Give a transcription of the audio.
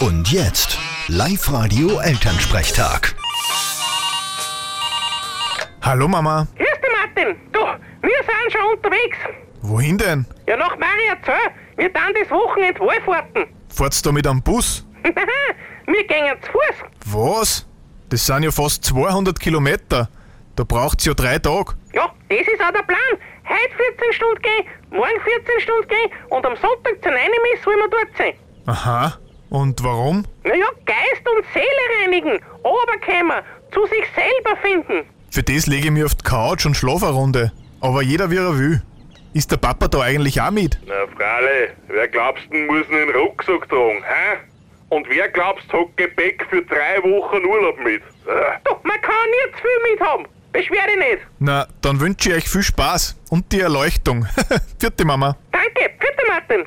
Und jetzt, Live-Radio Elternsprechtag. Hallo Mama, Grüß dich, Martin. Du, wir sind schon unterwegs. wohin denn? Ja, nach Mariazell. Wir dann das Wochenende Wallfahrten. Fahrt's da mit einem Bus? wir gehen zu Fuß. Was? Das sind ja fast 200 Kilometer. Da braucht's ja drei Tage. Ja, das ist auch der Plan. Heute 14 Stunden gehen, morgen 14 Stunden gehen und am Sonntag zur Neunemiss wollen wir dort sein. Aha. Und warum? Naja, Geist und Seele reinigen, Oberkämmer, zu sich selber finden. Für das lege ich mich auf die Couch und schlafe eine Runde. Aber jeder wie er will. Ist der Papa da eigentlich auch mit? Na Frale, wer glaubst denn muss einen Rucksack tragen, hä? Und wer glaubst hat Gepäck für drei Wochen Urlaub mit? Äh, Du, man kann nie zu viel mithaben. Beschwer dich nicht. Na, dann wünsche ich euch viel Spaß und die Erleuchtung. Vierte Mama. Danke, bitte Martin.